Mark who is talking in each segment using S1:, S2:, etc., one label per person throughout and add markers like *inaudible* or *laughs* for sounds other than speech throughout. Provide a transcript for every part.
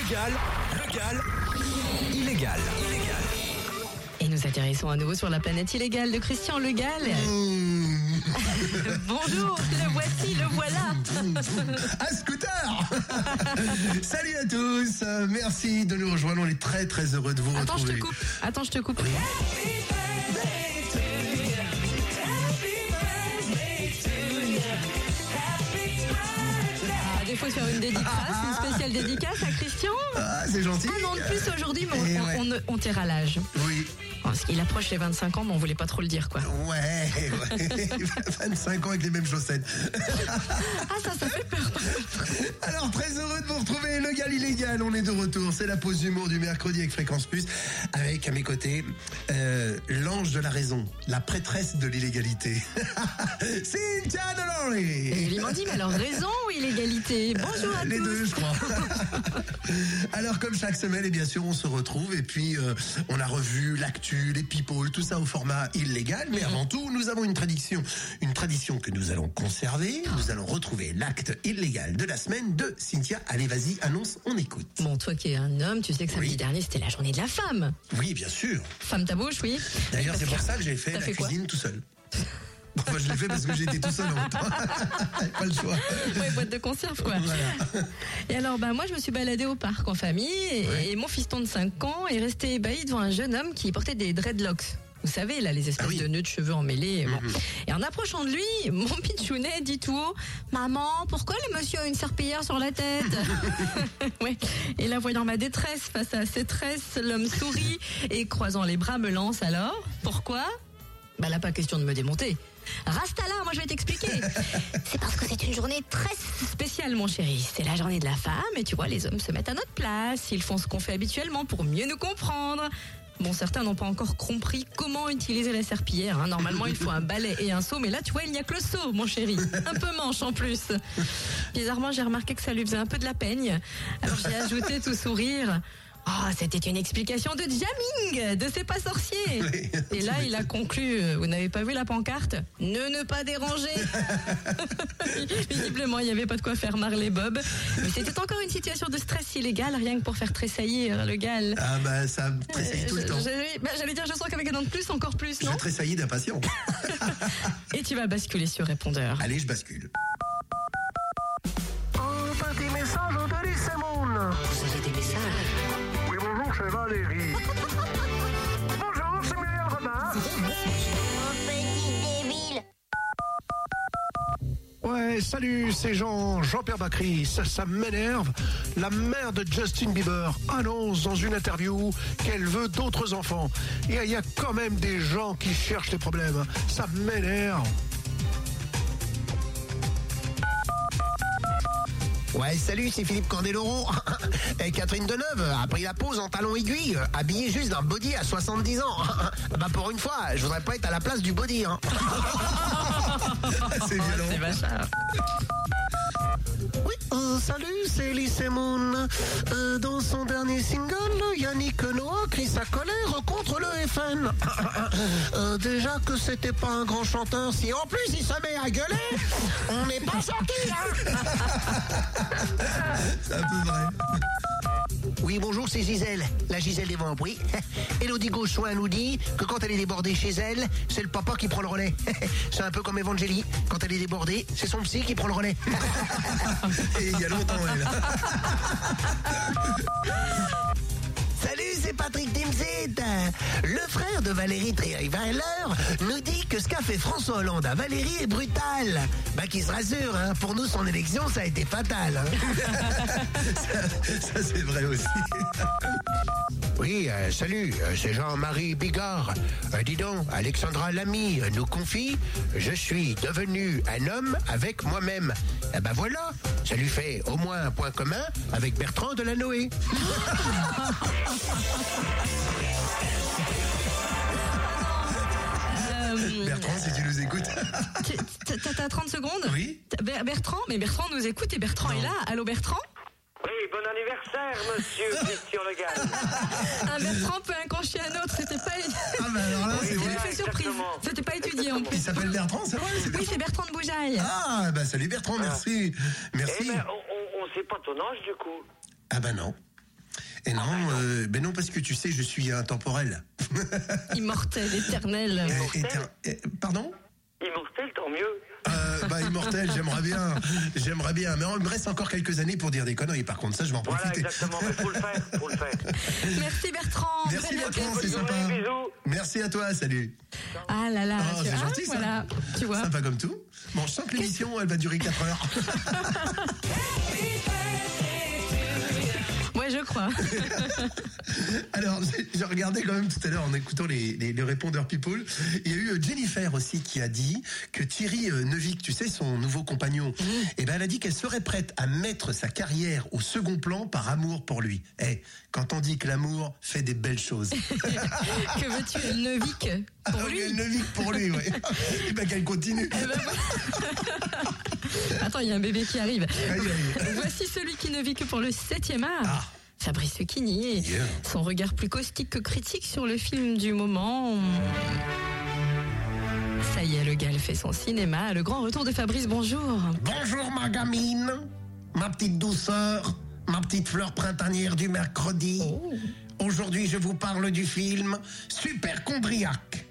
S1: Légal, légal, illégal. Illégal.
S2: Et nous atterrissons à nouveau sur la planète illégale de Christian Legal.
S3: Mmh.
S2: *laughs* Bonjour, le voici, le voilà.
S3: Mmh, à scooter *laughs* Salut à tous, euh, merci de nous rejoindre, on est très très heureux de vous
S2: Attends, je
S3: retrouver.
S2: te coupe. Attends, je te coupe. Ah, Des fois, faire une dédicace, une spéciale dédicace à Christian.
S3: Ah, c'est gentil.
S2: Un an de plus aujourd'hui, mais
S3: Eh
S2: on,
S3: ouais.
S2: on, ne- on taira l'âge.
S3: Oui,
S2: Parce qu'il approche les 25 ans, mais on voulait pas trop le dire, quoi.
S3: ouais, *laughs* ouais. 25 ans avec les mêmes chaussettes.
S2: Ah, ça, ça fait peur.
S3: Alors, très heureux de vous retrouver, Legal Illégal, on est de retour. C'est la pause humour du mercredi avec Fréquence Plus, avec à mes côtés euh, l'ange de la raison, la prêtresse de l'illégalité. *laughs* Cynthia Delory
S2: Et il m'a dit, mais alors raison ou illégalité Bonjour à
S3: Les
S2: tous.
S3: deux, je crois. *laughs* Alors, comme chaque semaine, et bien sûr, on se retrouve et puis euh, on a revu l'actu, les people, tout ça au format illégal.
S2: Mhm.
S3: Mais avant tout, nous avons une tradition, une tradition que nous allons conserver. Nous allons retrouver l'acte illégal de la semaine de Cynthia. Allez, vas-y, annonce, on écoute.
S2: Bon, toi qui es un homme, tu sais que samedi
S3: Oui.
S2: dernier, c'était la journée de la femme.
S3: Oui, bien sûr.
S2: Femme ta bouche, oui.
S3: D'ailleurs, c'est pour ça que j'ai fait
S2: T'as
S3: la
S2: fait quoi
S3: cuisine tout seul. Enfin, je l'ai fait parce que j'étais tout seul en même temps. *laughs* Pas le choix.
S2: Ouais, boîte de conserve, quoi. *laughs* Et alors, bah, moi, je me suis baladée au parc en famille et,
S3: Ouais.
S2: et mon fiston de 5 ans est resté ébahi devant un jeune homme qui portait des dreadlocks. Vous savez, là, les espèces
S3: Ah oui. Mm-hmm.
S2: de nœuds de cheveux emmêlés. bon. Et en approchant de lui, *laughs* mon pitchounet dit tout haut Maman, pourquoi le monsieur a une serpillière sur la tête *laughs* Ouais. Et là, voyant ma détresse face à ces tresses, l'homme sourit et croisant les bras me lance alors Pourquoi Bah là, pas question de me démonter. Rasta là, moi je vais t'expliquer. *laughs* c'est parce que c'est une journée très spéciale, mon chéri. C'est la journée de la femme et tu vois, les hommes se mettent à notre place. Ils font ce qu'on fait habituellement pour mieux nous comprendre. Bon, certains n'ont pas encore compris comment utiliser la serpillière. hein. Normalement, il faut un balai et un seau, mais là, tu vois, il n'y a que le seau, mon chéri. Un peu manche en plus. Bizarrement, j'ai remarqué que ça lui faisait un peu de la peigne. Alors j'ai ajouté tout sourire. Oh, c'était une explication de jamming, de c'est pas sorcier.
S3: Oui.
S2: Et là, il a conclu, euh, vous n'avez pas vu la pancarte Ne ne pas déranger
S3: *laughs*
S2: Visiblement, il n'y avait pas de quoi faire marler Bob. Mais c'était encore une situation de stress illégal, rien que pour faire tressaillir le gal.
S3: Ah, bah, ça me
S2: Euh,
S3: tressaillit tout le
S2: je-
S3: temps.
S2: j'allais- bah, J'allais dire, je sens qu'avec un an de plus, encore plus,
S3: Je
S2: non
S3: tressaillis d'impatience.
S2: Et tu vas basculer sur répondeur.
S3: Allez, je bascule.
S2: *laughs*
S4: Un petit message de 10 secondes.
S5: Vous avez des messages
S4: Oui, bonjour, c'est Valérie. bonjour, c'est Muriel Robin.
S5: Mon petit débile
S6: Ouais, salut, c'est Jean, Jean-Pierre Bacry. Ça, ça m'énerve. La mère de Justin Bieber annonce dans une interview qu'elle veut d'autres enfants. Il y, a- il y a quand même des gens qui cherchent les problèmes. Ça m'énerve.
S7: Ouais, salut, c'est Philippe Candeloro. *laughs* Et Catherine Deneuve a pris la pause en talons aiguilles, euh, habillée juste d'un body à 70 ans. *laughs* bah pour une fois, je voudrais pas être à la place du body. Hein.
S3: C'est violent.
S6: Oui, euh, salut, c'est Elise Moon. Euh, dans son dernier single, Yannick Noah crie sa colère contre le
S7: *coughs*
S6: FN. Euh, déjà que c'était pas un grand chanteur, si en plus il se met à gueuler, on n'est pas sorti.
S7: hein.
S3: C'est un peu vrai.
S7: Oui, bonjour, c'est Gisèle, la Gisèle des vents, oui. *laughs* Elodie Gauchoin nous dit que quand elle est débordée chez elle, c'est le papa qui prend le relais. *laughs* c'est un peu comme Evangélie, quand elle est débordée, c'est son psy qui prend le relais.
S3: Et il y a longtemps, elle. *laughs*
S7: Salut, c'est Patrick Timsit. Le frère de Valérie Trierweiler nous dit que ce qu'a fait François Hollande à Valérie est brutal. Bah qui se rassure, hein, pour nous son élection ça a été fatal. hein.
S3: Ça, c'est vrai aussi.
S6: *laughs* Oui, euh, salut, euh, c'est Jean-Marie Bigard. Euh, dis donc, Alexandra Lamy euh, nous confie Je suis devenu un homme avec moi-même. Eh ben voilà, ça lui fait au moins un point commun avec Bertrand Delanoé.
S2: Euh,
S3: Bertrand, si tu nous écoutes.
S2: Tu- t'as- T'as t'as 30 secondes
S3: Oui.
S2: T'as- Ber- Bertrand, mais Bertrand nous écoute et Bertrand est là. Allô Bertrand
S4: Oui, bon anniversaire, monsieur
S3: *laughs*
S4: Christian Legal.
S2: Un Ah, Bertrand peut incancher un autre, c'était pas,
S3: Ah, bah
S2: *laughs*
S3: alors là, c'est
S2: c'était
S3: vrai.
S4: voilà,
S2: fait surprise.
S4: exactement.
S2: C'était pas étudié en
S3: Il
S2: plus.
S3: s'appelle Bertrand, c'est vrai c'est
S2: Oui,
S3: Bertrand
S2: c'est Bertrand de Boujaille.
S3: Ah, bah salut Bertrand, merci.
S4: Eh
S3: Merci.
S4: ben, on- on, on sait pas ton âge, du coup.
S3: Ah, bah non. Et non, euh, ben non, parce que tu sais, je suis intemporel.
S2: Immortel, éternel.
S3: Euh, éter- euh, pardon
S8: Immortel, tant mieux.
S3: Euh, bah immortel, j'aimerais bien, j'aimerais bien, mais il me reste encore quelques années pour dire des conneries. Par contre, ça, je vais en
S8: Voilà,
S3: profiter.
S8: exactement.
S3: *laughs*
S8: Il faut le faire. Faut le faire.
S2: Merci Bertrand.
S3: Merci
S2: Belle
S3: Bertrand,
S2: note.
S3: c'est sympa.
S8: journée, bisous.
S3: Merci à toi, salut.
S2: Ah là là,
S3: Oh,
S2: tu
S3: c'est
S2: vois,
S3: gentil, ça.
S2: voilà, tu vois.
S3: Sympa comme tout. Bon, je sens que l'émission, elle va durer 4 heures.
S2: Ouais, je
S3: *laughs*
S2: crois.
S3: Alors, *laughs* j'ai- j'ai regardé quand même tout à l'heure en écoutant les, les, les répondeurs People. Il y a eu euh, Jennifer aussi qui a dit que Thierry euh, Neuvik, tu sais, son nouveau compagnon, eh ben, elle a dit qu'elle serait prête à mettre sa carrière au second plan par amour pour lui. Eh, quand on dit que l'amour fait des belles choses.
S2: que veux-tu, elle ne vit que pour
S3: *laughs* Ah oui,
S2: lui.
S3: elle ne vit que pour
S2: *laughs*
S3: lui, oui. Et ben qu'elle continue.
S2: Attends, il y a un bébé qui arrive.
S3: Aïe, aïe.
S2: *laughs* Voici celui qui ne vit que pour le septième art. Fabrice Lucchini.
S3: Ah. Yeah.
S2: Son regard plus caustique que critique sur le film du moment. Ça y est, le gars fait son cinéma. Le grand retour de Fabrice, bonjour.
S3: Bonjour ma gamine, ma petite douceur, ma petite fleur printanière du mercredi. Aujourd'hui, je vous parle du film Superchondriaque.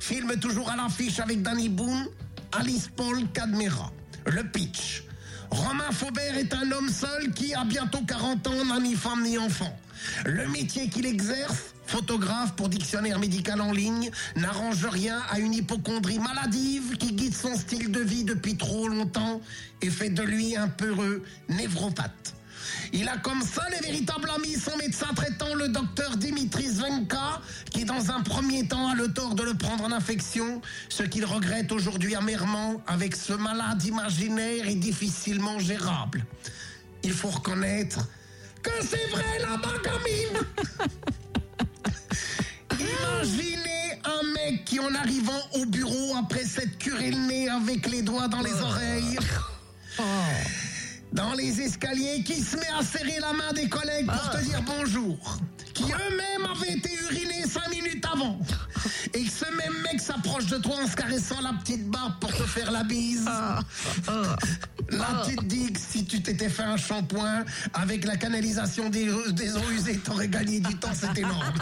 S3: Film toujours à l'affiche avec Danny Boone, Alice Paul Cadmera. Le pitch. Romain Faubert est un homme seul qui a bientôt 40 ans, n'a ni femme ni enfant. Le métier qu'il exerce, photographe pour dictionnaire médical en ligne, n'arrange rien à une hypochondrie maladive qui guide son style de vie depuis trop longtemps et fait de lui un peureux névropathe. Il a comme seul et véritable ami son médecin traitant, le docteur Dimitri Zvenka, qui dans un premier temps a le tort de le prendre en affection, ce qu'il regrette aujourd'hui amèrement avec ce malade imaginaire et difficilement gérable. Il faut reconnaître que c'est vrai là-bas, gamine Imaginez un mec qui, en arrivant au bureau après s'être curé le nez avec les doigts dans les oreilles, dans les escaliers, qui se met à serrer la main des collègues pour te dire bonjour, qui eux-mêmes avaient été urinés cinq minutes avant, et que ce même mec s'approche de toi en se caressant la petite barbe pour te faire la bise. Là, tu te dis que si tu t'étais fait un shampoing avec la canalisation des, des eaux usées, t'aurais gagné du temps, c'est énorme.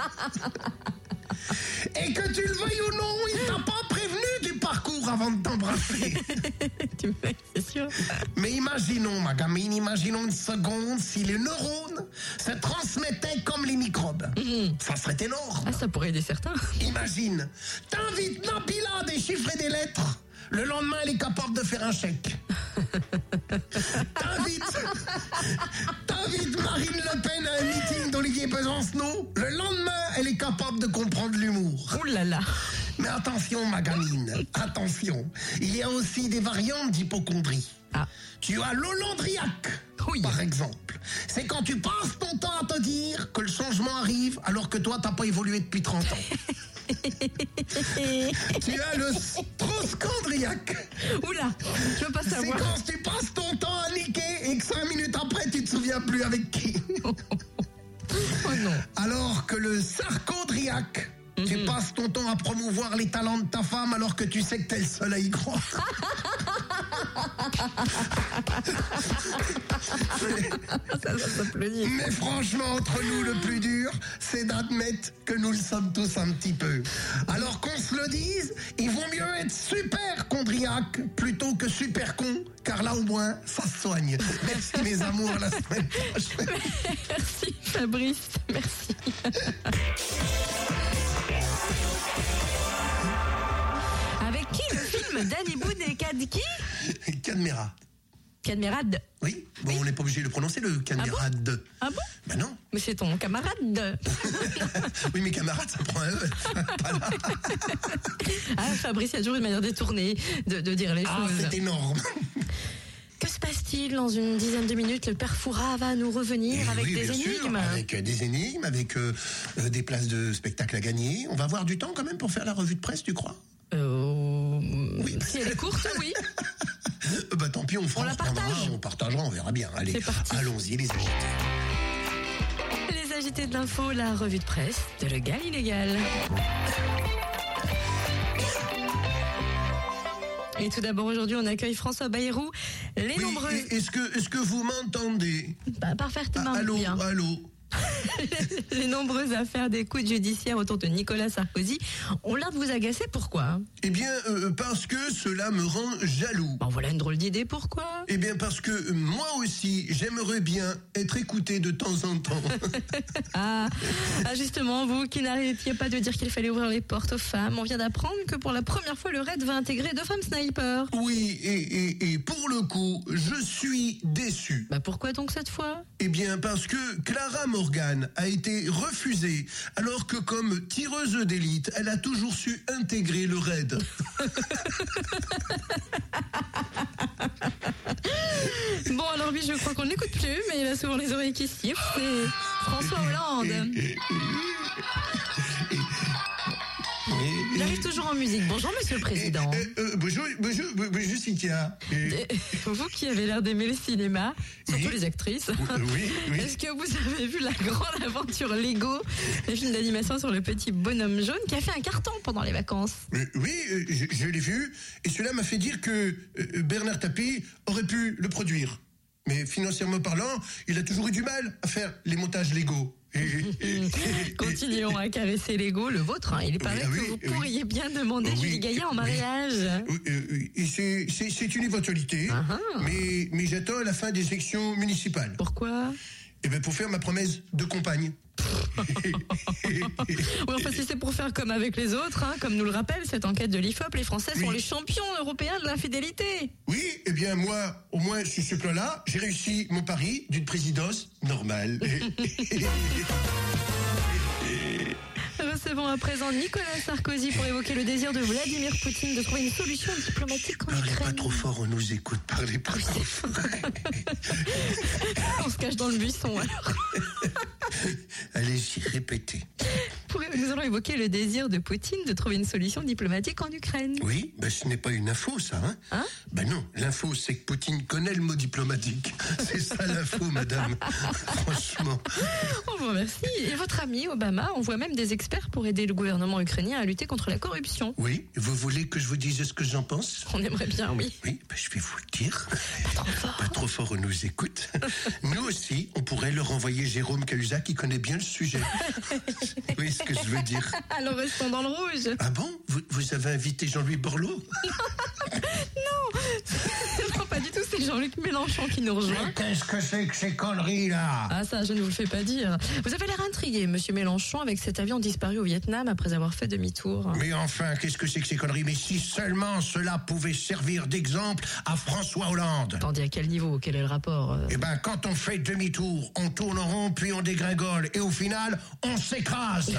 S3: Et que tu le veuilles ou non, il t'a pas prévenu du parcours avant de t'embrasser.
S2: *laughs* Tu me fais- c'est sûr.
S3: Mais imaginons, ma gamine, imaginons une seconde si les neurones se transmettaient comme les microbes. Ça serait énorme.
S2: Ah, ça pourrait aider certains.
S3: Imagine, t'invites Napila à déchiffrer des lettres. Le lendemain, elle est capable de faire un chèque. T'invites, t'invites Marine Le Pen à un meeting d'Olivier Besancenot. Le lendemain, elle est capable de comprendre l'humour.
S2: Ouh là là.
S3: Mais attention, ma gamine, attention. Il y a aussi des variantes d'hypochondrie.
S2: Ah.
S3: Tu as l'hollandriaque,
S2: Oui.
S3: par exemple. C'est quand tu passes ton temps à te dire que le changement arrive alors que toi, t'as pas évolué depuis 30 ans. tu as le stroscandriaque.
S2: *laughs* Ouh là. Je veux pas
S3: C'est
S2: savoir.
S3: quand tu passes ton temps à niquer et que 5 minutes après, tu te souviens plus avec qui.
S2: Oh non.
S3: Alors que le sarcondriaque, tu passes ton temps à promouvoir les talents de ta femme alors que tu sais que t'es le seul à y croire.
S2: Ça va *laughs* s'applaudir.
S3: Mais franchement, entre nous, le plus dur, c'est d'admettre que nous le sommes tous un petit peu. Alors qu'on se le dise, il vaut mieux être super chondriaque plutôt que super con, car là au moins, ça se soigne. Merci
S2: *laughs*
S3: mes amours, à la semaine prochaine.
S2: Merci Fabrice. *laughs* Merci. Avec qui le film Danny Boone et Kadki
S3: Cadmérade.
S2: Cadmerade.
S3: Oui, bon, on n'est pas obligé de le prononcer, le Cadmérade.
S2: Ah bon
S3: Ben non.
S2: Mais c'est ton *laughs* camarade.
S3: Oui, mes camarades, ça prend un E.
S2: Ah, Fabrice il y a toujours une manière détournée de, de dire les
S3: Ah,
S2: choses.
S3: c'est énorme.
S2: Que se passe-t-il dans une dizaine de minutes Le père Foura va nous revenir
S3: Eh
S2: avec
S3: oui,
S2: des
S3: bien sûr,
S2: énigmes.
S3: avec euh, des énigmes, avec euh, euh, des places de spectacle à gagner. On va avoir du temps quand même pour faire la revue de presse, tu crois
S2: Euh, Si elle est courte, oui.
S3: Euh, Bah tant pis, on fera.
S2: On la
S3: se prendra,
S2: partage
S3: On partagera, on verra bien. Allez,
S2: C'est parti.
S3: allons-y les agités.
S2: Les agités de l'info, la revue de presse de Legal Illégal. Et tout d'abord aujourd'hui, on accueille François Bayrou. Les
S3: Oui,
S2: nombreux.
S3: *laughs* et- Est-ce que, est-ce que vous m'entendez
S2: Bah, parfaitement
S3: Ah, Allô,
S2: bien. *laughs*
S3: allô.
S2: les nombreuses affaires d'écoute judiciaire autour de Nicolas Sarkozy ont l'air de vous agacer. Pourquoi
S3: Eh bien, euh, parce que cela me rend jaloux.
S2: Ben voilà une drôle d'idée. Pourquoi
S3: Eh bien, parce que euh, moi aussi, j'aimerais bien être écouté de temps en
S2: *laughs*
S3: temps. *laughs*
S2: ah, ah, justement, vous qui n'arrêtiez pas de dire qu'il fallait ouvrir les portes aux femmes, on vient d'apprendre que pour la première fois, le raid va intégrer deux femmes snipers.
S3: Oui, et, et- et pour le coup, je suis déçu.
S2: Bah pourquoi donc cette fois
S3: Eh bien, parce que Clara Morgan a été refusée, alors que comme tireuse d'élite, elle a toujours su intégrer le raid.
S2: Bon, alors lui, je crois qu'on ne l'écoute plus, mais il a souvent les oreilles qui sifflent. C'est François Hollande. Il arrive toujours en musique. Bonjour, monsieur le président.
S3: Euh, euh, bonjour, bonjour, bonjour, Cynthia. Euh,
S2: Et Vous qui avez l'air d'aimer le cinéma, surtout les actrices,
S3: oui,
S2: *laughs*
S3: oui.
S2: est-ce que vous avez vu la grande aventure Lego, le film d'animation sur le petit bonhomme jaune qui a fait un carton pendant les vacances
S3: Euh, oui, euh, je, je l'ai vu, et cela m'a fait dire que euh, Bernard Tapie aurait pu le produire. Mais financièrement parlant, il a toujours eu du mal à faire les montages légaux.
S2: *laughs* Continuons à caresser Lego, le vôtre. hein. Il paraît
S3: ah oui,
S2: que vous
S3: oui.
S2: pourriez bien demander
S3: Oui,
S2: Julie Gaillet en
S3: oui.
S2: mariage.
S3: Oui, euh, oui, et c'est- c'est c'est une éventualité,
S2: Ah
S3: mais, mais j'attends la fin des élections municipales.
S2: Pourquoi
S3: Et ben pour faire ma promesse de compagne.
S2: Oui, enfin, si c'est pour faire comme avec les autres, hein, comme nous le rappelle cette enquête de l'IFOP, les Français sont
S3: Oui.
S2: les champions européens de l'infidélité.
S3: Oui, eh bien moi, au moins sur ce plan-là, j'ai réussi mon pari d'une présidence
S2: *laughs*
S3: normale.
S2: Recevons à présent Nicolas Sarkozy pour évoquer le désir de Vladimir Poutine de trouver une solution diplomatique en
S3: Parlez pas
S2: Ukraine.
S3: trop fort, on nous écoute. Parlez pas trop fort.
S2: *laughs* On se cache dans le buisson. alors.
S3: Allez-y, répétez.
S2: Pour- Nous allons évoquer le désir de Poutine de trouver une solution diplomatique en Ukraine.
S3: Oui, ben ce n'est pas une info, ça. Hein,
S2: Hein
S3: Ben non, l'info, c'est que Poutine connaît le
S2: *laughs*
S3: mot diplomatique. C'est ça l'info, madame. Franchement.
S2: On vous remercie. Et votre ami Obama envoie même des experts pour aider le gouvernement ukrainien à lutter contre la corruption.
S3: Oui, vous voulez que je vous dise ce que j'en pense
S2: On aimerait bien, oui.
S3: Oui, ben je vais vous le dire. Pas trop fort, on
S2: *laughs*
S3: nous écoute. Nous aussi, on pourrait leur envoyer Jérôme Cahuzac qui connaît bien
S2: *laughs*
S3: le sujet. oui, ce que je veux dire.
S2: Alors restons dans le rouge.
S3: Ah bon vous, vous avez invité Jean-Louis Borloo
S2: Non, pas du tout, c'est Jean-Luc Mélenchon qui nous rejoint.
S6: Qu'est-ce que c'est que ces conneries là
S2: Ah ça, je ne vous le fais pas dire. Vous avez l'air intrigué, monsieur Mélenchon, avec cet avion disparu au Vietnam après avoir fait demi-tour.
S6: Mais enfin, qu'est-ce que c'est que ces conneries Mais si seulement cela pouvait servir d'exemple à François Hollande.
S2: Attendez, à quel niveau Quel est le rapport euh
S6: Eh ben, quand on fait demi-tour, on tourne en rond, puis on dégringole, et au final, on s'écrase.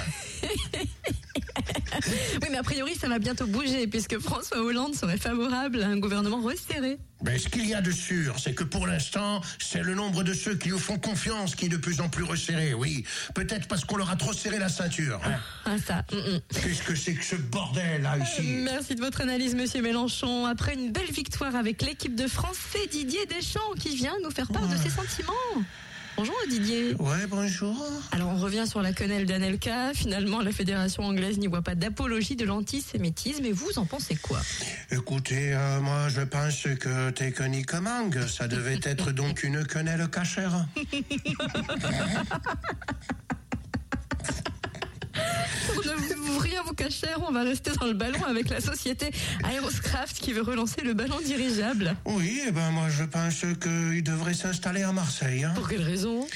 S2: Oui, mais a priori, ça va bientôt bouger, puisque François Hollande serait favorable à un gouvernement resserré.
S6: Mais ce qu'il y a de sûr, c'est que pour l'instant, c'est le nombre de ceux qui nous font confiance qui est de plus en plus resserré, oui. Peut-être parce qu'on leur a trop serré la ceinture. hein.
S2: Ah ça. mm, mm.
S6: Qu'est-ce que c'est que ce bordel là ici
S2: Euh, Merci de votre analyse, monsieur Mélenchon. Après une belle victoire avec l'équipe de France, c'est Didier Deschamps qui vient nous faire part de ses sentiments. Bonjour Didier.
S3: Ouais, bonjour.
S2: Alors on revient sur la quenelle d'Anelka. Finalement, la fédération anglaise n'y voit pas d'apologie de l'antisémitisme. Et vous en pensez *laughs* quoi
S3: Écoutez, euh, moi je pense que t'es que Mang, ça devait être donc une quenelle cachère.
S2: Pour ne vous- rien vous cacher, on va rester dans le ballon avec la société Aeroscraft qui veut relancer le ballon dirigeable.
S3: Oui, eh ben moi je pense qu'il devrait s'installer à Marseille. Hein.
S2: Pour quelle raison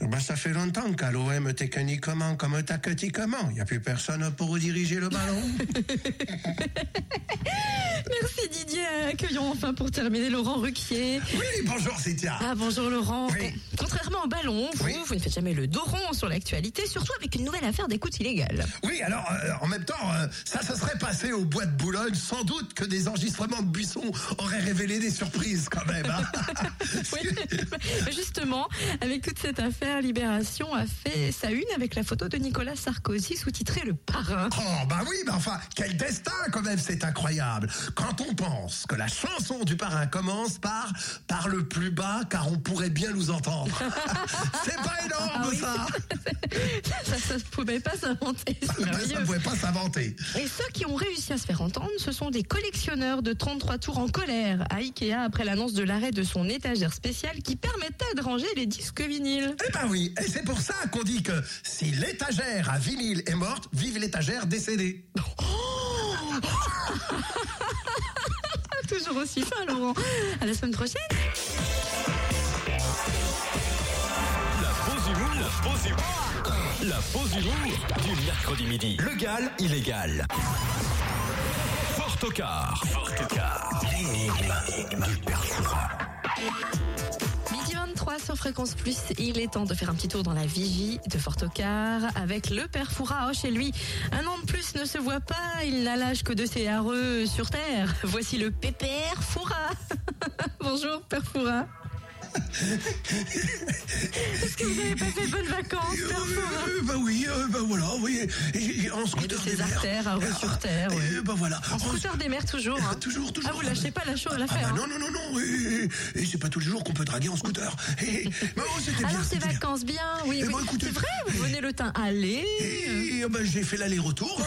S3: Ben, ça fait longtemps qu'à l'OM techniquement comme tactiquement, il n'y a plus personne pour diriger le ballon.
S2: Merci Didier. Accueillons enfin pour terminer Laurent Ruquier.
S3: *laughs* oui, bonjour Cynthia.
S2: Ah bonjour Laurent.
S3: Oui.
S2: Con- Contrairement au ballon, vous,
S3: Oui.
S2: vous ne faites jamais le dos rond sur l'actualité, surtout avec une nouvelle affaire d'écoute illégale.
S3: Oui, alors euh, en même temps, euh, ça se serait passé au bois de Boulogne, sans doute que des enregistrements de buissons auraient révélé des surprises quand même. hein. *laughs*
S2: *laughs* Oui. Justement, avec toute cette affaire, Libération a fait sa une avec la photo de Nicolas Sarkozy sous-titrée Le Parrain. *laughs*
S3: Oh, bah oui, bah enfin, quel destin quand même, c'est incroyable. Quand on pense que la chanson du parrain commence par par le
S2: *laughs*
S3: plus
S2: Ah
S3: bas, car on pourrait bien nous entendre. c'est pas énorme, ça.
S2: Ça, ça ne pouvait pas s'inventer. c'est
S3: Ben, ça
S2: merveilleux.
S3: ne pouvait pas s'inventer.
S2: Et ceux qui ont réussi à se faire entendre, ce sont des collectionneurs de 33 tours en colère à Ikea après l'annonce de l'arrêt de son étagère spéciale qui permettait de ranger les disques vinyles.
S3: Eh ben oui, et c'est pour ça qu'on dit que si l'étagère à vinyle est morte, vive
S2: *laughs*
S3: l'étagère décédée.
S2: Ah, toujours aussi fin, Laurent. À la semaine prochaine.
S1: La pause humour, la pause humour, la pause humour du mercredi midi. Legal, illégal. Fort au quart. Fort au quart. L'énigme du perforat.
S2: Midi 23 sur Fréquence Plus, il est temps de faire un petit tour dans la vigie de Fortocar avec le père Foura. Oh, chez lui, un an de plus ne se voit pas, il n'a l'âge que de ses hareux sur Terre. Voici le pépère Foura. *laughs* Bonjour, père Foura. Est-ce que vous n'avez pas fait bonnes vacances,
S3: Euh,
S2: père Foura
S3: euh, ben oui, euh, ben voilà, oui. et- et En
S2: Et de
S3: scooter
S2: ses
S3: des mers.
S2: artères à rue sur terre. ouais.
S3: Eh ben voilà.
S2: En scooter hein. des mers toujours. hein.
S3: Toujours, toujours.
S2: Ah, vous lâchez pas la chose à la
S3: Ah
S2: faire.
S3: bah non, non, non, non. Et, et- et c'est pas tous les jours qu'on peut draguer en scooter. *laughs* Et, mais oh, c'était bien,
S2: Alors, ces
S3: c'était bien.
S2: Ah vacances, bien, oui,
S3: Eh
S2: oui.
S3: ben, écoutez-
S2: C'est vrai, vous venez le teint. Allez,
S3: Et, ah bah, j'ai fait l'aller-retour.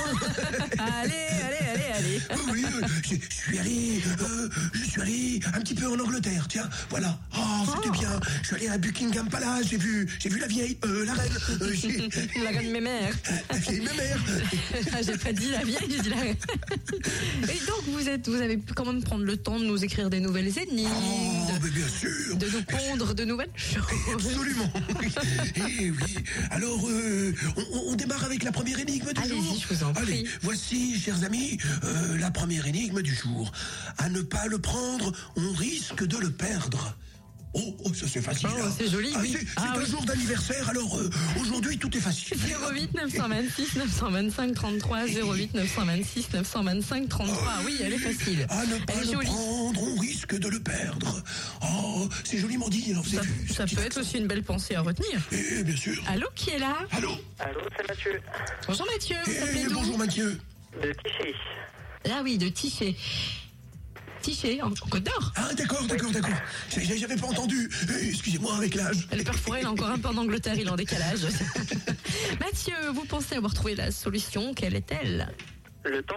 S2: allez, allez, allez, allez.
S3: Oui, oui, euh, je, je suis allé, euh, je suis allé un petit peu en Angleterre, tiens, voilà. Oh, c'était bien. Je suis allé à Buckingham Palace, j'ai vu, j'ai vu la vieille, euh, la reine, euh, j'ai- *laughs*
S2: La reine mère.
S3: la vieille ma mère.
S2: j'ai pas dit la vieille, j'ai dit la reine. Et donc vous êtes, vous avez pu quand même prendre le temps de nous écrire des nouvelles énigmes,
S3: Oh,
S2: de-
S3: mais bien sûr.
S2: de, nous pondre de nouvelles choses.
S3: Absolument. *laughs* Eh oui. Alors, euh, on- on, on démarre avec la première énigme du
S2: Allez-y,
S3: jour.
S2: je vous en prie.
S3: Allez, voici, chers amis, euh, la première énigme du jour. À ne pas le prendre, on risque de le perdre. Oh, oh, ça c'est facile.
S2: Oh,
S3: hein.
S2: c'est joli,
S3: Ah,
S2: oui.
S3: c'est c'est
S2: Ah,
S3: un
S2: oui.
S3: jour d'anniversaire, alors euh, aujourd'hui tout est facile.
S2: 08 926 925 33 08 926 925 33 oui elle est facile
S3: À Ah, ne
S2: elle
S3: pas
S2: est
S3: le
S2: jolie
S3: prendre, on risque de le perdre. Oh, c'est joliment dit. Alors, vous
S2: ça,
S3: avez vu,
S2: ça
S3: ce petit
S2: peut être aussi une belle pensée à retenir
S3: accent Eh, bien sûr.
S2: allô qui est là
S3: Allô
S8: Allô, c'est Mathieu.
S2: bonjour Mathieu vous
S3: Eh,
S2: s'appelez d'où
S3: Bonjour Mathieu.
S8: De Tichy.
S2: ah oui de Tiché Tiché en Côte d'Or
S3: Ah d'accord, d'accord, d'accord. J'ai- j'ai- J'avais pas entendu. Eh, Excusez-moi avec l'âge.
S2: Le père Fouret, il est encore un peu en Angleterre, il est en
S3: *laughs*
S2: décalage. Mathieu, vous pensez avoir trouvé la solution, quelle est-elle
S8: Le temps.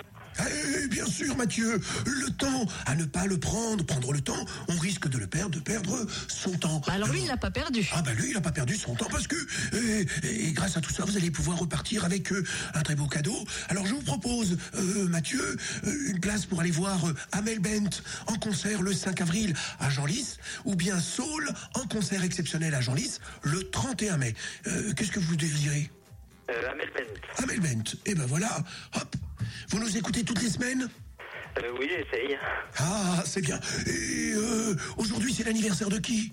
S3: Eh, bien sûr, Mathieu. Le temps, à ne pas le prendre, prendre le temps, on risque de le perdre, de perdre son temps.
S2: Bah Alors lui, il l'a pas perdu.
S3: Ah bah lui, il n'a pas perdu son temps parce que, euh, et grâce à tout ça, vous allez pouvoir repartir avec euh, un très beau cadeau. Alors je vous propose, euh, Mathieu, euh, une place pour aller voir euh, Amel Bent en concert le 5 avril à Genlis, ou bien Saul en concert exceptionnel à Genlis le 31 mai. Euh, Qu'est-ce que vous désirez
S8: Euh, Amel Bent.
S3: Amel Bent, et ben voilà, hop, vous nous écoutez toutes les semaines
S8: Euh, oui, j'essaye.
S3: Ah, c'est bien. Et euh, aujourd'hui, c'est l'anniversaire de qui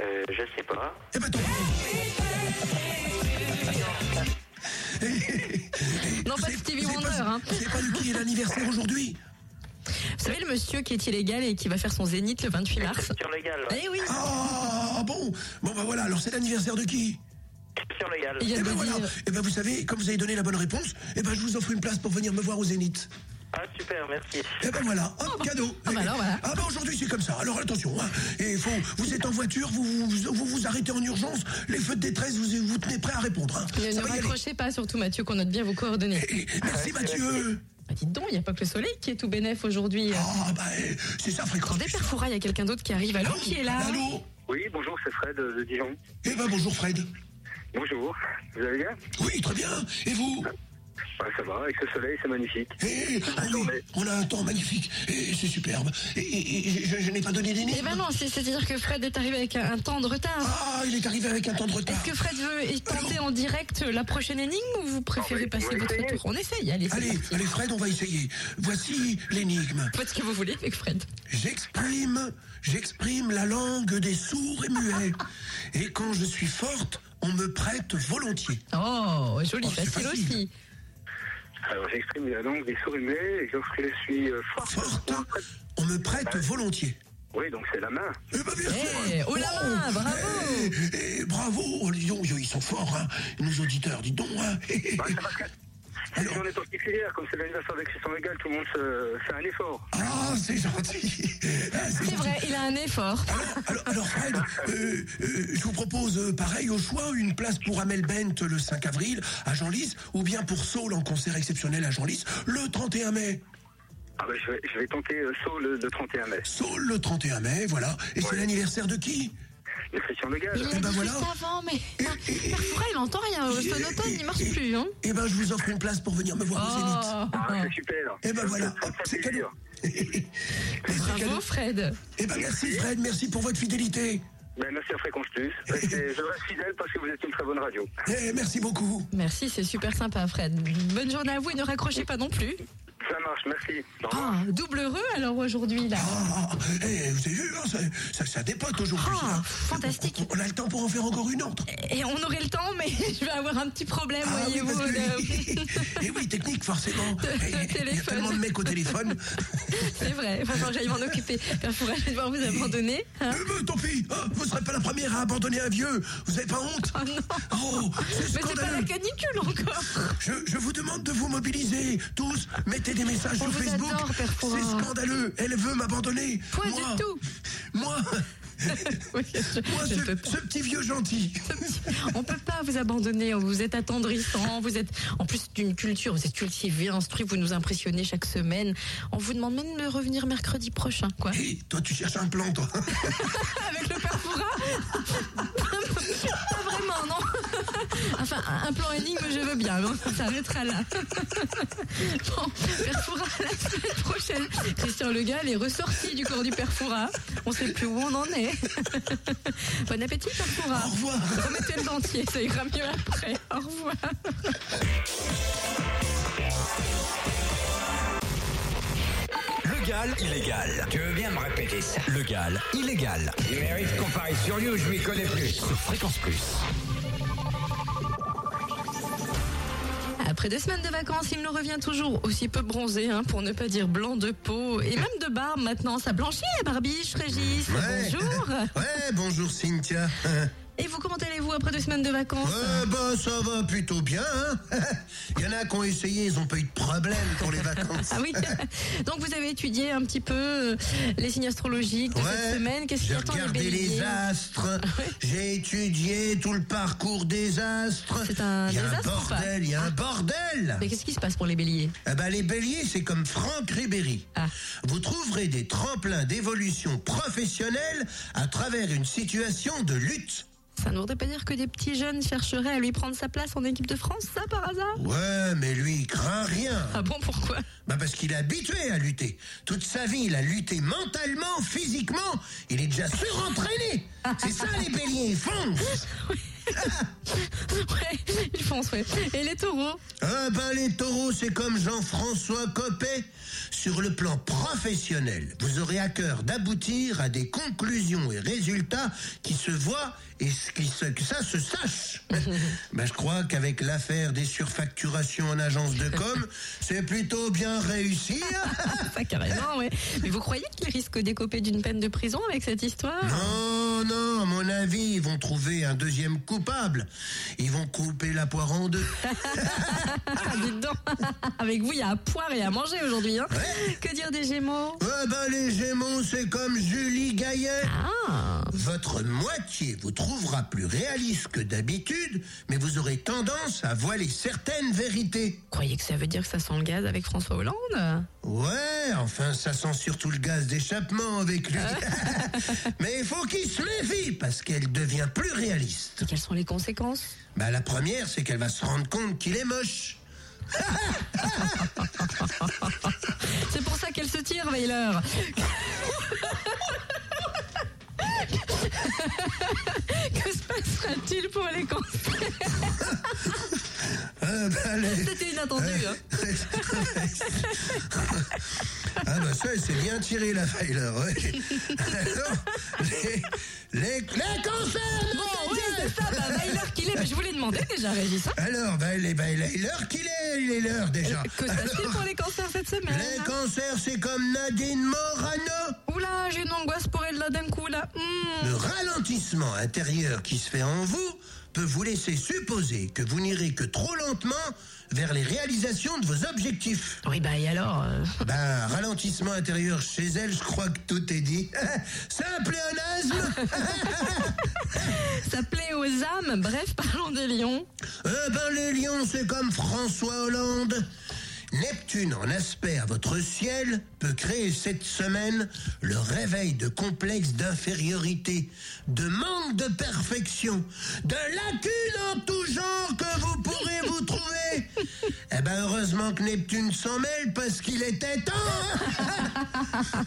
S8: Euh, je sais pas.
S3: Eh ben tant pis.
S2: Non,
S3: Vous
S2: pas
S3: savez-
S2: Stevie
S3: vous savez
S2: Wonder,
S3: pas-
S2: hein.
S3: Vous savez pas de qui est l'anniversaire aujourd'hui
S2: Vous savez, le monsieur qui est illégal et qui va faire son zénith le 28 mars
S8: Christian Légal. ouais.
S2: Eh oui
S3: Ah bon Bon ben voilà, alors c'est l'anniversaire de qui
S8: Christian Légal.
S2: Il y a
S3: Eh
S2: de
S3: ben voilà,
S2: dire.
S3: eh ben vous savez, comme vous avez donné la bonne réponse, eh ben je vous offre une place pour venir me voir au Zénith.
S8: Ah, super, merci.
S3: Eh ben voilà, hop, cadeau.
S2: Ah bah alors, voilà.
S3: Ah bah aujourd'hui c'est comme ça. Alors attention, hein. Et faut, vous êtes en voiture, vous vous, vous- vous vous arrêtez en urgence, les feux de détresse, vous vous tenez prêt à répondre. hein.
S2: Ne,
S3: Ça
S2: ne
S3: va y aller.
S2: raccrochez pas, surtout Mathieu, qu'on note bien vos coordonnées.
S3: Eh, Merci Mathieu.
S2: Bah, dites donc, il n'y a pas que le soleil qui est tout bénef aujourd'hui.
S3: Ah bah eh, c'est ça fréquence.
S2: Attendez, Père Foura, il y a quelqu'un d'autre qui arrive. Allô, qui est là
S3: Allô
S8: Oui, bonjour, c'est Fred euh, de Dijon.
S3: Eh ben bonjour Fred.
S8: Bonjour. Vous allez bien
S3: Oui, très bien. Et vous
S8: Ouais, Ça va, avec ce soleil, c'est magnifique.
S3: Eh, on, est- on a un temps magnifique. Eh, c'est superbe. Et, je, je n'ai pas donné
S2: Eh
S3: d'énigme.
S2: ben non, c'est- c'est-à-dire que Fred est arrivé avec un, un temps de retard.
S3: Ah, il est arrivé avec un temps de retard.
S2: Est-ce que Fred veut tenter en direct la prochaine énigme ou vous
S3: Ah
S2: préférez passer votre tour On essaye, allez, c'est
S3: Allez,
S2: parti.
S3: allez Fred, on va essayer. Voici l'énigme.
S2: Faites ce que vous voulez avec Fred.
S3: J'exprime, j'exprime la langue des sourds et muets. Et quand je suis forte, on me prête volontiers.
S2: Oh, joli,
S3: Oh, c'est
S2: facile,
S3: facile.
S2: aussi.
S9: Alors j'exprime la langue des souris et lorsque je suis euh, fort.
S3: Forte, on me prête volontiers.
S9: Oui, donc c'est la main.
S3: Eh ben, bien
S2: Eh,
S3: sûr.
S2: oh la main, bravo.
S3: oh, Eh, eh, bravo, oh, dis donc, ils sont forts, hein, nos auditeurs, dis donc. hein.
S9: Bah, c'est parce que-
S8: C'est une journée particulière, comme c'est l'anniversaire d'Accession Légale, tout le monde se- fait un effort.
S3: Ah, c'est gentil.
S2: C'est vrai, il a un effort.
S3: Ah, Alors, alors, Fred, euh, euh, je vous propose euh, pareil au choix une place pour Amel Bent le 5 avril à Genlis ou bien pour Saul en concert exceptionnel à Genlis le 31 mai.
S8: Ah ben, je vais, je vais tenter euh, Saul le, le 31 mai.
S3: Saul le 31 mai, voilà. Et c'est l'anniversaire de qui
S8: De Christian hein, Legage.
S2: Il l'a
S3: Eh
S2: dit
S3: ben voilà.
S2: juste avant, mais. Parfois, il entend rien. Son automne, il marche plus. Hein.
S3: Eh ben, je vous offre une place pour venir me voir au Zénith.
S2: Oh.
S8: Ah, c'est super.
S3: Eh ben voilà,
S8: *laughs* Ça me fait
S3: c'est cadeau.
S8: plaisir.
S3: Et *laughs* c'est cadeau.
S2: Bravo, Fred.
S3: Eh ben merci Fred, merci pour votre fidélité.
S8: Ben, merci à Fréquence Plus. Restez- Je reste fidèle parce que vous êtes une très bonne radio.
S3: Eh, merci beaucoup.
S2: Merci, c'est super sympa, Fred. Bonne journée à vous et ne raccrochez pas non plus.
S8: Ça marche, merci. Au revoir.
S2: Ah, double heureux alors aujourd'hui, là.
S3: Ah, eh, vous avez vu, hein, ça, ça, ça dépote aujourd'hui.
S2: Ah,
S3: hein.
S2: fantastique. Eh
S3: On, on a le temps pour en faire encore une autre.
S2: Et on aurait le temps, mais *laughs* je vais avoir un petit problème,
S3: Ah oui,
S2: voyez-vous.
S3: parce
S2: de-
S3: *laughs* que... Et oui,
S2: *laughs*
S3: technique, forcément. Eh, Il y a
S2: téléphone.
S3: tellement de mecs au téléphone.
S2: C'est vrai, il va falloir que j'aille m'en occuper. Il faudrait devoir vous abandonner. *laughs* hein.
S3: Euh, mais tant pis, hein, vous serez pas la première à abandonner un vieux. Vous n'avez pas honte
S2: Oh non
S3: Oh, c'est
S2: Mais c'est pas la
S3: scandaleux.
S2: canicule encore
S3: Je, je vous demande de vous mobiliser. Tous, mettez des messages
S2: On
S3: sur
S2: vous
S3: Facebook.
S2: adore, Père Fouras.
S3: C'est scandaleux. Elle veut m'abandonner.
S2: Point du
S3: moi,
S2: tout.
S3: Moi,
S2: Oui, je-
S3: moi
S2: je
S3: ce,
S2: peux pas.
S3: ce petit vieux gentil.
S2: On peut pas vous abandonner, vous êtes attendrissant, vous êtes en plus d'une culture, vous êtes cultivé, instruit, vous nous impressionnez chaque semaine. On vous demande même de revenir mercredi prochain, quoi.
S3: Hé, Eh, toi, tu cherches un plan, toi.
S2: Avec le père Fouras Pas vraiment, non *laughs* Enfin, un plan énigme, je veux bien, mais on s'arrêtera là. *laughs* Bon, père Fouras, la semaine prochaine, Christian Le Gall est ressorti du corps du père Fouras. On sait plus où on en est. *laughs* Bon appétit, père Fouras.
S3: Au revoir.
S2: Remettez le dentier, ça ira mieux après. Au revoir.
S1: Le Gall illégal.
S6: Tu veux bien me répéter ça
S1: Le Gall illégal.
S6: Il mérite qu'on parie sur lui ou je m'y connais plus.
S1: Sur Fréquence Plus.
S2: Après deux semaines de vacances, il nous revient toujours aussi peu bronzé, hein, pour ne pas dire blanc de peau, et même de barbe maintenant. Ça blanchit la barbiche, Régis.
S3: Ouais.
S2: Bonjour.
S3: Ouais, bonjour Cynthia.
S2: Et vous, comment allez-vous après deux semaines de vacances
S3: Ouais, bah ça va plutôt bien. Hein *laughs* Il y en a qui ont essayé, ils ont pas eu de problème pour les vacances.
S2: Ah oui *laughs* Donc vous avez étudié un petit peu euh, les signes astrologiques de cette semaine. Qu'est-ce qui
S3: j'ai
S2: attend les
S3: regardé les
S2: béliers Ah
S3: astres, j'ai étudié tout le parcours des astres.
S2: C'est un
S3: Il y a un
S2: désastre ou pas Ah.
S3: bordel, il y a un bordel.
S2: Mais qu'est-ce qui se passe pour les béliers
S3: Eh ben, les béliers, c'est comme Franck Ribéry.
S2: Ah.
S3: Vous trouverez des tremplins d'évolution professionnelle à travers une situation de lutte.
S2: Ça ne voudrait pas dire que des petits jeunes chercheraient à lui prendre sa place en équipe de France, ça par hasard
S3: Ouais, mais lui, il craint rien.
S2: Ah bon, pourquoi *laughs*
S3: Bah parce qu'il est habitué à lutter. Toute sa vie, il a lutté mentalement, physiquement. Il est déjà surentraîné. C'est ça, les béliers, fonce
S2: Ouais, ils foncent, ouais. Et les taureaux
S3: Ah ben les taureaux, c'est comme Jean-François Copé. Sur le plan professionnel, vous aurez à cœur d'aboutir à des conclusions et résultats qui se voient et ce- qui se- que ça se sache. ben, je crois qu'avec l'affaire des surfacturations en agence de com, c'est plutôt bien réussi. hein.
S2: Ça carrément, ouais. Mais vous croyez qu'ils risquent d'écoper d'une peine de prison avec cette histoire
S3: Non, non, à mon avis, ils vont trouver un deuxième coupable. Ils vont couper la poire en deux.
S2: Ah, dites donc *laughs* Avec vous, il y a à poire et à manger aujourd'hui, hein Que dire des gémeaux
S3: Ah ben les Gémeaux, c'est comme Julie Gaillet.
S2: Ah
S3: Votre moitié vous trouvera plus réaliste que d'habitude, mais vous aurez tendance à voiler certaines vérités.
S2: Vous croyez que ça veut dire que ça sent le gaz avec François Hollande
S3: Ouais, enfin, ça sent surtout le gaz d'échappement avec lui. *laughs* mais il faut qu'il se méfie, parce qu'elle devient plus réaliste.
S2: Et quelles sont les conséquences
S3: Bah, la première, c'est qu'elle va se rendre compte qu'il est moche.
S2: C'est pour ça qu'elle se tire, Weiler *laughs* Que se passera-t-il pour les cancers
S3: Ah bah, les-
S2: C'était inattendu, hein
S3: ah bah ça, c'est bien tiré la Feiler. ouais. Alors, les, les, les cancers
S2: Bon,
S3: non,
S2: oui,
S3: ta
S2: c'est
S3: gueule
S2: ça, bah, Weiler qu'il est, mais je vous l'ai demandé déjà, Régis. hein.
S3: Alors, bah, il est bah, il est l'heure qu'il est, il est l'heure déjà.
S2: Que se passe-t-il pour les cancers cette semaine hein
S3: Les cancers, c'est comme Nadine Morano.
S2: Oula, j'ai une angoisse pour elle là d'un coup là. Hmm.
S3: Le ralentissement intérieur qui se fait en vous peut vous laisser supposer que vous n'irez que trop lentement vers les réalisations de vos objectifs.
S2: Oui, bah et alors euh,
S3: Ben, ralentissement intérieur chez elle, je crois que tout est dit. *laughs* C'est un pléonasme
S2: Ça plaît aux âmes. Bref, parlons des lions.
S3: Eh ben, les lions, c'est comme François Hollande. Neptune en aspect à votre ciel peut créer cette semaine le réveil de complexes d'infériorité, de manque de perfection, de lacunes en tout genre que vous pourrez vous trouver. Eh ben heureusement que Neptune s'en mêle parce qu'il était temps. hein.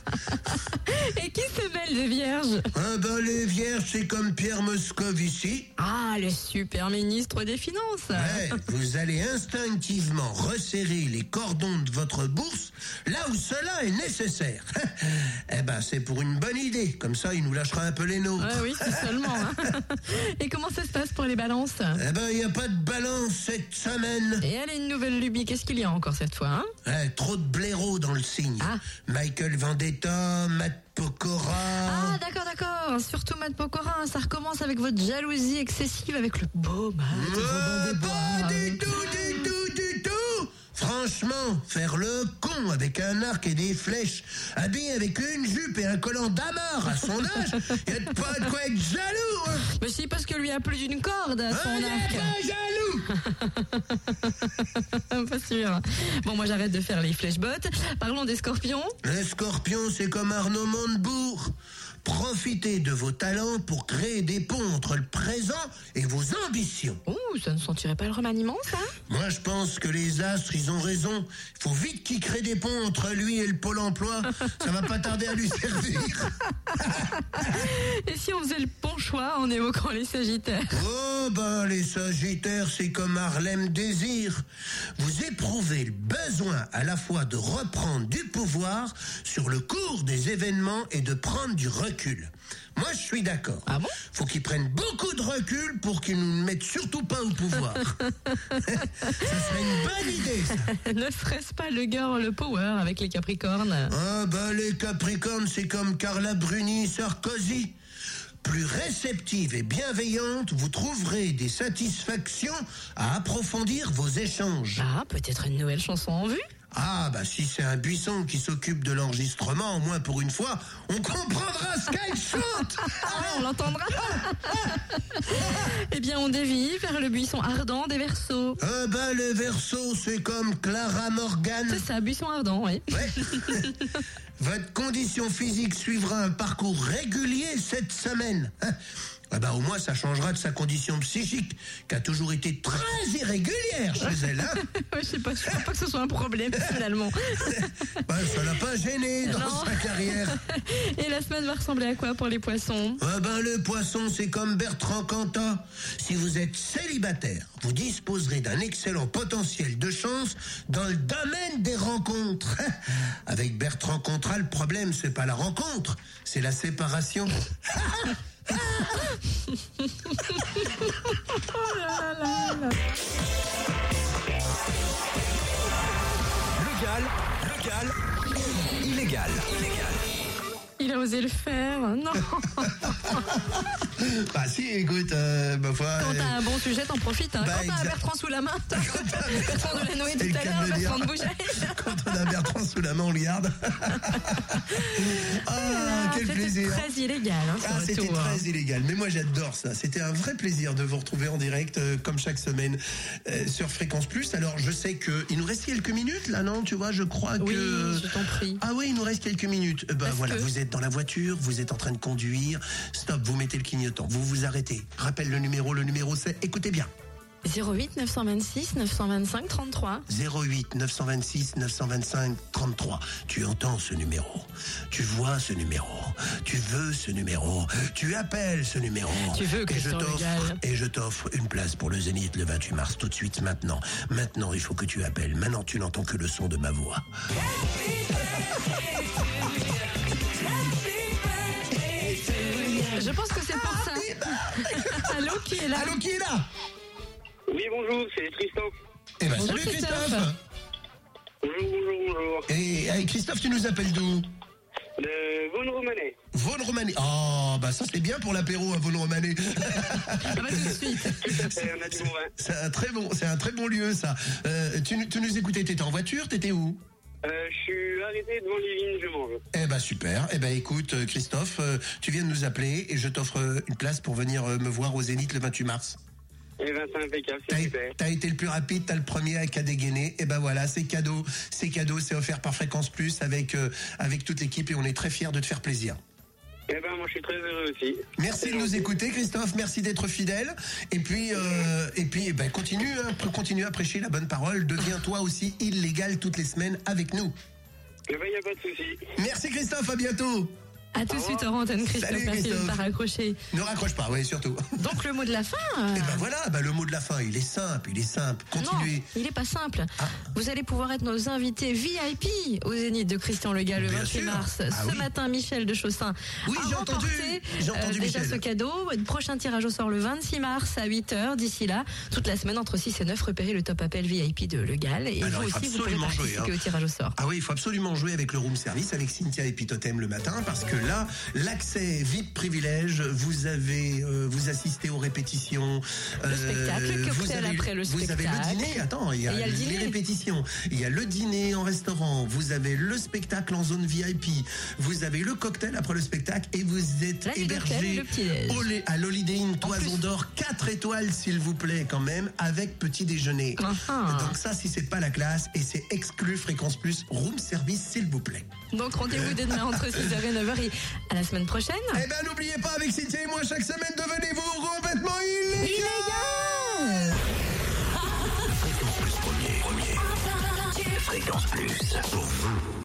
S2: Et qui se mêle des vierges
S3: Eh ben les vierges, c'est comme Pierre Moscovici.
S2: Ah, le super ministre des Finances.
S3: Ouais, vous allez instinctivement resserrer les cordons de votre bourse là où cela est nécessaire. *laughs* eh ben, c'est pour une bonne idée. Comme ça, il nous lâchera un peu les nôtres.
S2: Ouais, oui, c'est seulement. hein. *laughs* Et comment ça se passe pour les balances
S3: Eh ben, il n'y a pas de balance cette semaine.
S2: Et allez, une nouvelle lubie. Qu'est-ce qu'il y a encore cette fois hein
S3: Eh, trop de blaireaux dans le signe.
S2: Ah.
S3: Michael Vendetta, Matt Pokora.
S2: Ah, d'accord, d'accord. Surtout Matt Pokora, hein, ça recommence avec votre jalousie excessive avec le beau Matt.
S3: Euh,
S2: Robin des Bois.
S3: pas du tout, du tout, du tout Franchement, faire le con avec un arc et des flèches, habillé avec une jupe et un collant d'amarre à son âge, y a de pas de quoi être jaloux hein.
S2: Mais si, parce que lui a plus d'une corde à
S3: Hein,
S2: son
S3: y a
S2: arc.
S3: pas jaloux
S2: Pas sûr. Bon, moi j'arrête de faire les flèches-bottes. Parlons des scorpions.
S3: Le scorpion, c'est comme Arnaud Montebourg. Profitez de vos talents pour créer des ponts entre le présent et vos ambitions.
S2: Ouh, ça ne sentirait pas le remaniement, ça
S3: Moi, je pense que les astres, ils ont raison. Il faut vite qu'ils créent des ponts entre lui et le pôle emploi. Ça va pas tarder à lui *laughs* servir.
S2: Et si on faisait le ponchois en évoquant les sagittaires *laughs*
S3: Oh ben les Sagittaires, c'est comme Harlem Désir. Vous éprouvez le besoin à la fois de reprendre du pouvoir sur le cours des événements et de prendre du recul. Moi je suis d'accord.
S2: Ah bon
S3: Faut qu'ils prennent beaucoup de recul pour qu'ils nous mettent surtout pas
S2: *laughs*
S3: au pouvoir. *laughs* ça serait une bonne idée. ça.
S2: Ne serait-ce pas le girl power avec les capricornes
S3: Ah bah les Capricornes, c'est comme Carla Bruni, Sarkozy. Plus réceptive et bienveillante, vous trouverez des satisfactions à approfondir vos échanges.
S2: Ah, peut-être une nouvelle chanson en vue
S3: Ah bah si c'est un buisson qui s'occupe de l'enregistrement, au moins pour une fois, on comprendra ce qu'elle chante.
S2: Ah, on l'entendra Eh bien, on dévie vers le buisson ardent des versos.
S3: Ah bah les Verseaux, c'est comme Clara Morgan.
S2: C'est ça, buisson ardent, oui.
S3: Ouais. Votre condition physique suivra un parcours régulier cette semaine. Hein Ah bah, au moins, ça changera de sa condition psychique, qui a toujours été très irrégulière chez
S2: *laughs*
S3: elle. Hein
S2: Ouais, *laughs* je sais pas, je crois pas que ce soit un problème finalement.
S3: Bah, ça l'a pas gêné dans
S2: Non.
S3: sa carrière.
S2: Et la semaine va ressembler à quoi pour les poissons
S3: Ah ben, le poisson, c'est comme Bertrand Cantat. Si vous êtes célibataire, vous disposerez d'un excellent potentiel de chance dans le domaine des rencontres. *laughs* Avec Bertrand Cantat, le problème, c'est pas la rencontre, c'est la séparation.
S1: Legal, legal, illégal. Illégal.
S2: Il a osé le faire. Non,
S3: Bah si, écoute, euh, ma foi,
S2: quand
S3: euh,
S2: t'as un bon sujet, t'en profites. hein.
S3: Bah,
S2: quand t'as un
S3: exact.
S2: Bertrand sous la main, t'as Bertrand de la Noé
S3: C'est le
S2: tout à
S3: cas de
S2: l'heure,
S3: le dire.
S2: Bertrand de Boucher.
S3: quand on a Bertrand sous la main, on
S2: *laughs*
S3: le garde. ah, quel
S2: Oh C'était
S3: plaisir.
S2: très illégal, hein, ce
S3: Ah, c'était
S2: retour.
S3: très illégal, mais moi j'adore ça. C'était un vrai plaisir de vous retrouver en direct, euh, comme chaque semaine, euh, sur Fréquence Plus. Alors je sais que il nous reste quelques minutes là, non Tu vois, je crois
S2: Oui,
S3: que.
S2: je t'en prie.
S3: Ah oui, il nous reste quelques minutes. Eh ben
S2: Parce
S3: voilà,
S2: que-
S3: vous êtes dans la voiture, vous êtes en train de conduire. Stop, vous mettez le clignotant, vous vous arrêtez. Rappelle le numéro, le numéro c'est. Écoutez bien.
S2: hein. 08 926 925 33.
S3: 08 926 925 33. Tu entends ce numéro. Tu vois ce numéro. Tu veux ce numéro. Tu appelles ce numéro.
S2: Tu veux
S3: et je
S2: Christian
S3: t'offre
S2: Legal.
S3: et je t'offre une place pour le Zénith le 28 mars tout de suite maintenant. Maintenant, il faut que tu appelles. Maintenant, tu n'entends que le son de ma voix.
S2: Je pense que c'est pour ça. *laughs* Allô, qui est là
S3: Ah, Allô, qui est là
S9: Oui, bonjour, c'est Christophe.
S3: Eh ben,
S2: Bonjour,
S3: salut Christophe.
S2: Christophe.
S9: Bonjour, bonjour, bonjour.
S3: Et hey, Christophe, tu nous appelles d'où
S9: De Vaune-Romanée.
S3: Vaune-Romanée. Oh, bah ça, c'est bien pour l'apéro à Vaune-Romanée.
S9: Tout à fait, Euh, on a du bon vin.
S3: *laughs* C'est un très bon, c'est un très bon lieu, ça. Euh, tu, nous- tu nous écoutais, t'étais en voiture, t'étais où
S9: Euh, je suis arrêté devant les vignes, je mange.
S3: Eh ben super. Eh ben écoute, euh, Christophe, euh, tu viens de nous appeler et je t'offre euh, une place pour venir euh, me voir au Zénith le 28 mars.
S9: Et ben, c'est impeccable,
S3: T'as
S9: c'est super.
S3: t'as été le plus rapide, t'as le premier à qu'à dégainer. Et ben voilà, c'est cadeau, c'est cadeau, c'est offert par Fréquence Plus avec euh, avec toute l'équipe et on est très fiers de te faire plaisir.
S9: Et ben, moi, je suis très heureux aussi.
S3: Merci de nous écouter, Christophe. Merci d'être fidèle. Et puis, euh, et puis, eh ben, continue, hein, pr- continue à prêcher la bonne parole. Deviens toi aussi illégal toutes les semaines avec nous.
S9: Et ben, il n'y a pas de souci.
S3: Merci Christophe, à bientôt.
S2: À tout de suite, hors antenne, Christophe.
S3: Salut,
S2: Merci de ne
S3: Christophe.
S2: pas raccrocher.
S3: Ne raccroche pas, oui, surtout. *laughs*
S2: Donc, le mot de la fin. euh,
S3: Et ben voilà, ben, le mot de la fin, il est simple, il est simple. Continuez. Ah.
S2: Non, il n'est pas simple. Vous allez pouvoir être nos invités VIP au Zénith de Christian Legal le
S3: Bien
S2: 28
S3: sûr.
S2: mars.
S3: Ah
S2: ce
S3: oui.
S2: matin, Michel de Chaussin
S3: Oui,
S2: a
S3: j'ai entendu.
S2: remporté, euh,
S3: J'ai entendu
S2: déjà
S3: Michel.
S2: ce cadeau. Prochain tirage au sort le 26 mars à 8h. D'ici là, toute la semaine, entre 6 et 9, repérez le top appel VIP de Legal. Et
S3: Alors,
S2: vous
S3: il faut
S2: aussi, vous pouvez
S3: absolument jouer,
S2: participer
S3: hein.
S2: au tirage au sort.
S3: Ah oui, il faut absolument jouer avec le room service, avec Cynthia et Pitotem le matin, parce que là, l'accès VIP privilège, vous avez, euh, vous assistez aux répétitions, euh,
S2: spectacle, le
S3: vous
S2: cocktail
S3: avez,
S2: après le
S3: vous avez le
S2: spectacle.
S3: dîner. Attends, il y a,
S2: Et il y a le
S3: les
S2: dîner.
S3: répétitions, il y a le dîner en restaurant, vous avez le spectacle en zone VIP, vous avez le cocktail après le spectacle et vous êtes
S2: La nuit d'hôtel,
S3: hébergé
S2: le petit-déj.
S3: au lait- à l'Holiday Inn Toison
S2: plus.
S3: d'Or, 4 étoiles s'il vous plaît quand même, avec petit déjeuner.
S2: Ah.
S3: Donc ça, si c'est pas la classe, et c'est exclu Fréquence Plus, room service, s'il vous plaît.
S2: Donc, rendez-vous dès demain entre 6h et 9h. Et à la semaine prochaine.
S3: Eh ben, n'oubliez pas, avec Cynthia et moi, chaque semaine, devenez-vous complètement illégal
S1: Fréquence Plus premier. Premier. Fréquence Plus. Pour vous.